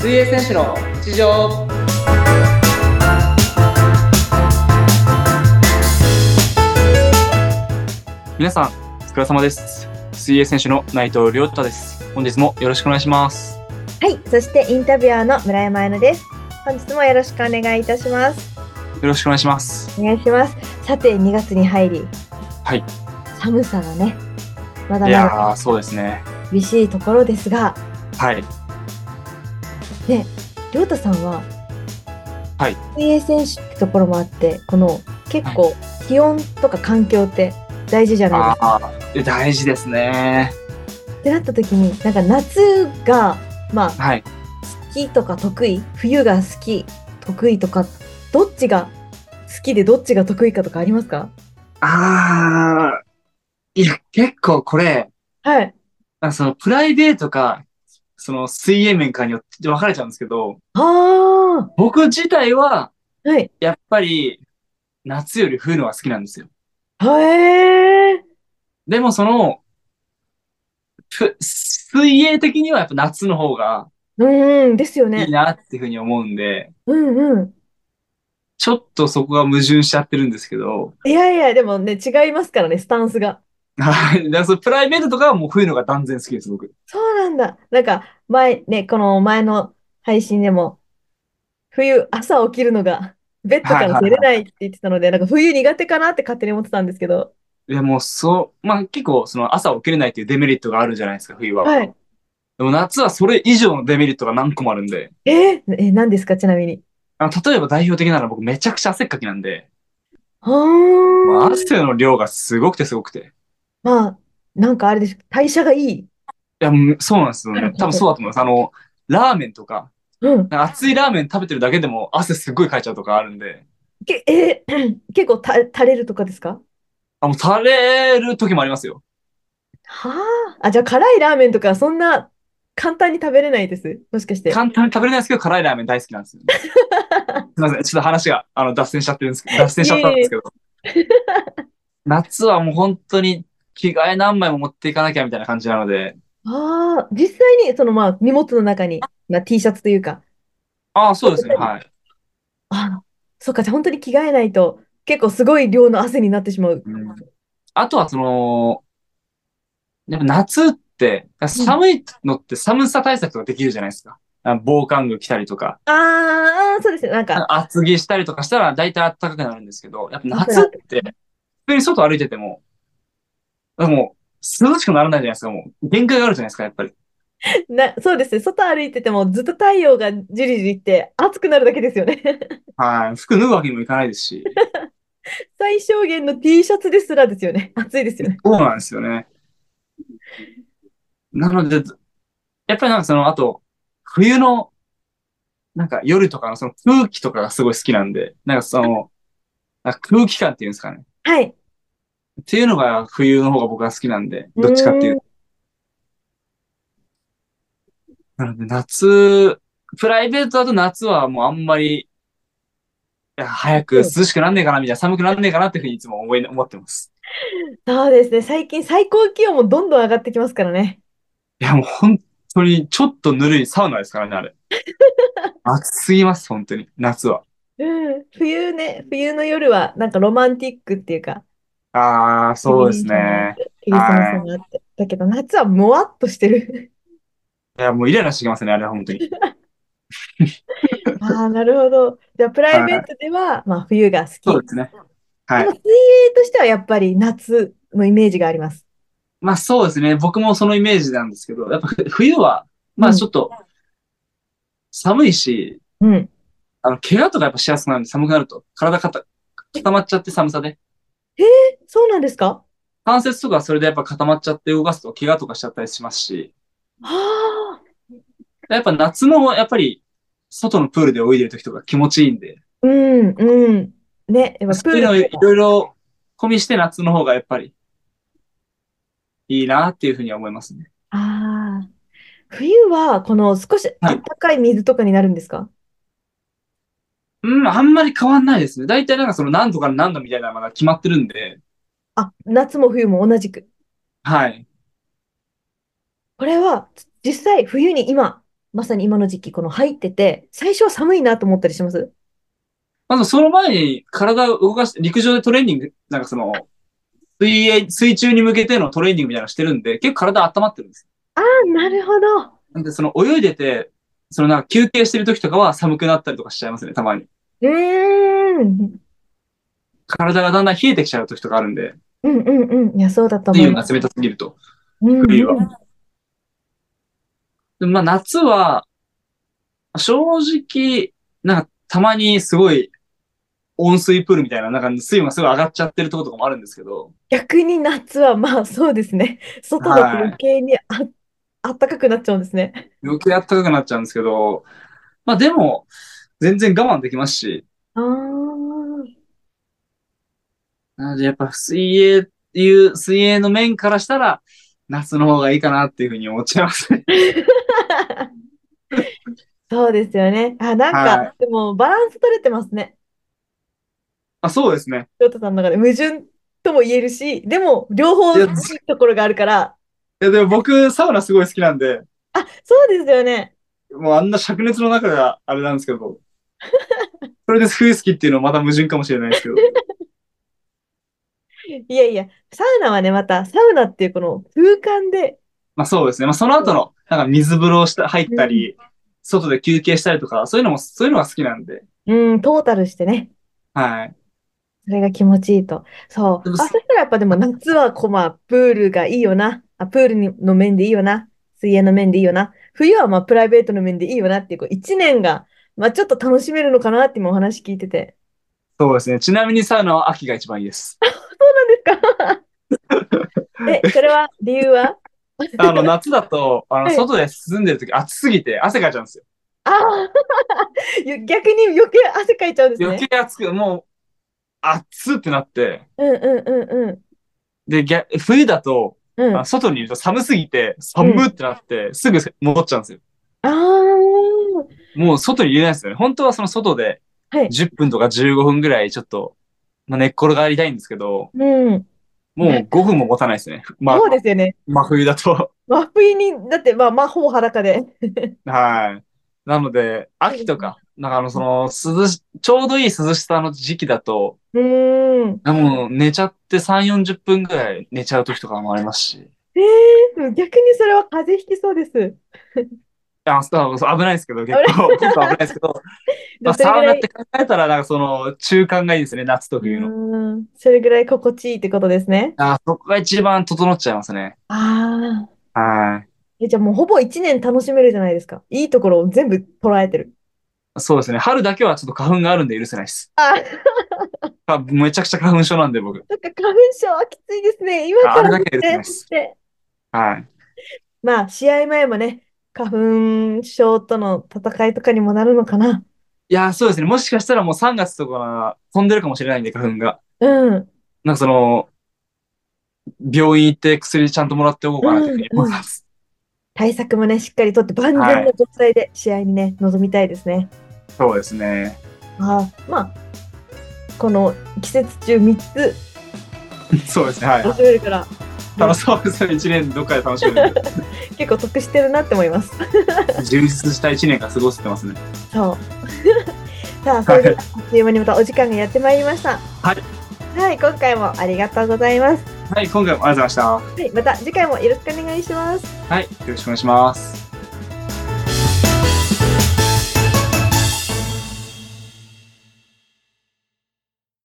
選手の日常皆さん、お疲れ様です。水泳選手の内藤亮太です。本日もよろしくお願いします。はい、そしてインタビュアーの村山彩乃です。本日もよろしくお願いいたします。よろしくお願いします。お願いします。さて、2月に入り、はい。寒さがね、まだまいやだー、そうですね。厳しいところですが、はい。りょうたさんは、はい水泳選手ってところもあって、この結構気温とか環境って大事じゃないですか。あーで大事ですね。ってなった時に、なんか夏が、まあ、好はい。きとか得意、冬が好き、得意とか、どっちが好きでどっちが得意かとかありますかあー、いや、結構これ、はい。なんかそのプライベートか、その水泳面かによって分かれちゃうんですけど、あ僕自体は、あ、はい。やっぱり、夏より冬のが好きなんですよ。へえ。でもその、ふ水泳的にはやっぱ夏の方がうんうん、ですよいねい。なっていうふうに思うんで、うんうちょっとそこが矛盾しちゃってるんですけど、ん。いやいや、でもね、違いますからね、スタンスが。はい。だからそのプライベートとかはもう冬のが断然好きです、僕。そうなんだ。なんか、前、ね、この前の配信でも、冬、朝起きるのが、ベッドから出れないって言ってたので、なんか冬苦手かなって勝手に思ってたんですけど。いや、もうそう、まあ結構その朝起きれないっていうデメリットがあるじゃないですか、冬は。はい。でも夏はそれ以上のデメリットが何個もあるんで、えー、え、何ですか、ちなみに。あの例えば代表的なのは僕めちゃくちゃ汗っかきなんで、あもうー汗の量がすごくてすごくて。まあ、なんかあれです。代謝がいい。いや、もうそうなんですよ ね。多分そうだと思います。あの、ラーメンとか、うん。なんか熱いラーメン食べてるだけでも汗すっごいかいちゃうとかあるんで、け、え ー結構た、垂れるとかですかあ、もう垂れる時もありますよ。はあ、あ、じゃあ辛いラーメンとかそんな簡単に食べれないです。もしかして。簡単に食べれないですけど、辛いラーメン大好きなんです よね。すいません、ちょっと話があの脱線しちゃってるんですけど、脱線しちゃったんですけど。夏はもう本当に着替え何枚も持っていかなきゃみたいな感じなので、ああ、実際にそのまあ荷物の中に、まあ、T シャツというか、ああ、そうですね、はい。ああ、そっか、じゃあ本当に着替えないと結構すごい量の汗になってしまう。うんあとはその、やっぱ夏って、寒いのって寒さ対策とかできるじゃないですか。あ防寒具着たりとか、ああ、そうですね。なんか、 厚着したりとかしたら大体暖かくなるんですけど、やっぱ夏って、普通に外歩いてても、もう、涼しくならないじゃないですか、もう。限界があるじゃないですか、やっぱり。な、そうですね。外歩いててもずっと太陽がじりじりって暑くなるだけですよね。 はい。服脱ぐわけにもいかないですし。最小限の T シャツですらですよね。暑いですよね。そうなんですよね。なので、やっぱりなんかその、あと、冬の、なんか夜とかのその空気とかがすごい好きなんで、なんかその、なんか空気感っていうんですかね。はい。っていうのが冬の方が僕は好きなんで、どっちかっていうと。なので夏、プライベートだと夏はもうあんまり、いや早く涼しくなんねえかなみたいな、寒くなんねえかなっていうふうにいつも思い、思ってます。そうですね。最近最高気温もどんどん上がってきますからね。いやもう本当にちょっとぬるいサウナですからね、あ れ。暑すぎます、本当に、夏は。うん、冬ね、冬の夜はなんかロマンティックっていうか、ああ、そうですね。クリスマスがあって。だけど夏はもわっとし てる。いや、もうイライラしてきますね、あれは本 当に。ああ、なるほど。じゃあプライベートでは、まあ冬が好き。そうですね。はいでも。水泳としてはやっぱり夏のイメージがあります。まあそうですね。僕もそのイメージなんですけど、やっぱふ冬は、まあちょっと寒いし、うん。あの、怪我とかやっぱしやすくなるんで寒くなると、体かた固まっちゃって寒さで。そうなんですか関節とかそれでやっぱ固まっちゃって動かすと怪我とかしちゃったりしますし、ああ。やっぱ夏のやっぱり外のプールで泳いでる時とか気持ちいいんで、うん、うん。ね、やっぱプそういうーのルいろいろ込みして夏の方がやっぱりいいなっていうふうには思いますね。ああ。冬はこの少し暖かい水とかになるんですかうん、あんまり変わんないですね。大体なんかその何度から何度みたいなのがまだ決まってるんで、あ、夏も冬も同じく。はい。これは実際冬に今まさに今の時期、この入ってて、最初は寒いなと思ったりしますまずその前に体を動かして、陸上でトレーニング、なんかその、水泳、水中に向けてのトレーニングみたいなのしてるんで、結構体温まってるんです。ああ、なるほど。なんでその泳いでて、そのなんか休憩してる時とかは寒くなったりとかしちゃいますね、たまに。うーん。体がだんだん冷えてきちゃう時とかあるんで、うんうんうん。いや、そうだと思太い陽まがす。冷たすぎると。うんうん冬は。でもまあ夏は、正直、なんかたまにすごい温水プールみたいな、なんか水温がすごい上がっちゃってるとことかもあるんですけど、逆に夏は、まあそうですね。外だとはい余計にあ、あったかくなっちゃうんですね。余計暖かくなっちゃうんですけど、まあでも、全然我慢できますし、ああ。なのでやっぱ水泳っていう、水泳の面からしたら、夏の方がいいかなっていうふうに思っちゃいます ね。 そうですよね。あ、なんはか、でもバランス取れてますね。あ、そうですね。翔太さんの中で矛盾とも言えるし、でも両方いやいいところがあるから、いやでも僕、サウナすごい好きなんで、あ、そうですよね。もうあんな灼熱の中があれなんですけど、それで冬好きっていうのはまた矛盾かもしれないですけど。いやいや、サウナはね、また、サウナっていうこの空間で、まあそうですね。まあその後の、なんか水風呂をした入ったり、外で休憩したりとか、そういうのも、そういうのが好きなんで。うん、トータルしてね、はい。それが気持ちいいと。そう。でもあ、そしたらやっぱでも夏はこう、まあ、プールがいいよな。あ、プールにの面でいいよな。水泳の面でいいよな。冬はまあ、プライベートの面でいいよなっていう、こう、一年が、まあ、ちょっと楽しめるのかなって今お話聞いてて。そうですね。ちなみにサウナは秋が一番いいです。え、それは、理由は あの、夏だと、あの、はい外で涼んでる時暑すぎて汗かいちゃうんですよ。ああ、よ逆に余計汗かいちゃうんですね。余計暑く、もう、暑ってなって、うんうんうんうん。で、逆冬だと、うん。ああの外にいると寒すぎて、寒ってなって、すぐ戻っちゃうんですよ。あー、もう外に入れないですよね。本当はその外ではい10分とか15分ぐらいちょっと、まあ、寝っ転がりたいんですけど、うん。もう5分も持たないですね。まあそう、ですよね。真冬だと。 真冬に、だって、まあ、まあ、ほぼ裸で。はい。なので、秋とか、なんかあの、その、涼し、ちょうどいい涼しさの時期だと、うーん。あもう寝ちゃって3、40分ぐらい寝ちゃう時とかもありますし。えー、逆にそれは風邪ひきそうです。あ、そう、そう危ないですけど、結構、結構危ない ですけど、まあ、それサぐウナらっいて考えたら、なんかその、中間がいいですね、夏と冬の。うーん、それぐらい心地いいってことですね。あ、そこが一番整っちゃいますね。ああ。はい。え、じゃあもうほぼ一年楽しめるじゃないですか。いいところを全部捉えてる。そうですね。春だけはちょっと花粉があるんで許せないです。ああめちゃくちゃ花粉症なんで僕。そっか、花粉症はきついですね。今ああかれらだけは許せないねでしす。て。はい。まあ、試合前もね、花粉症との戦いとかにもなるのかな。いやー、そうですね。もしかしたらもう3月とかは飛んでるかもしれないんで、花粉が。うん。なんかその、病院行って薬ちゃんともらっておこうかなというふうに思います。対策もね、しっかりとって万全はない状態で試合にね、臨みたいですね。そうですね。ああ、まあ、この季節中3つそうですね。はい。楽しめるから、楽しそうですね。1年どっかで楽しめる。結構得してるなって思います。 充実した1年が過ごせてますね。そう。 さあ、それではあっという間にまたお時間がやってまいりました。。はいはい、今回もありがとうございます。はい、今回もありがとうございましはい、また次回もよろしくお願いします。た。はい、よろしくお願いします。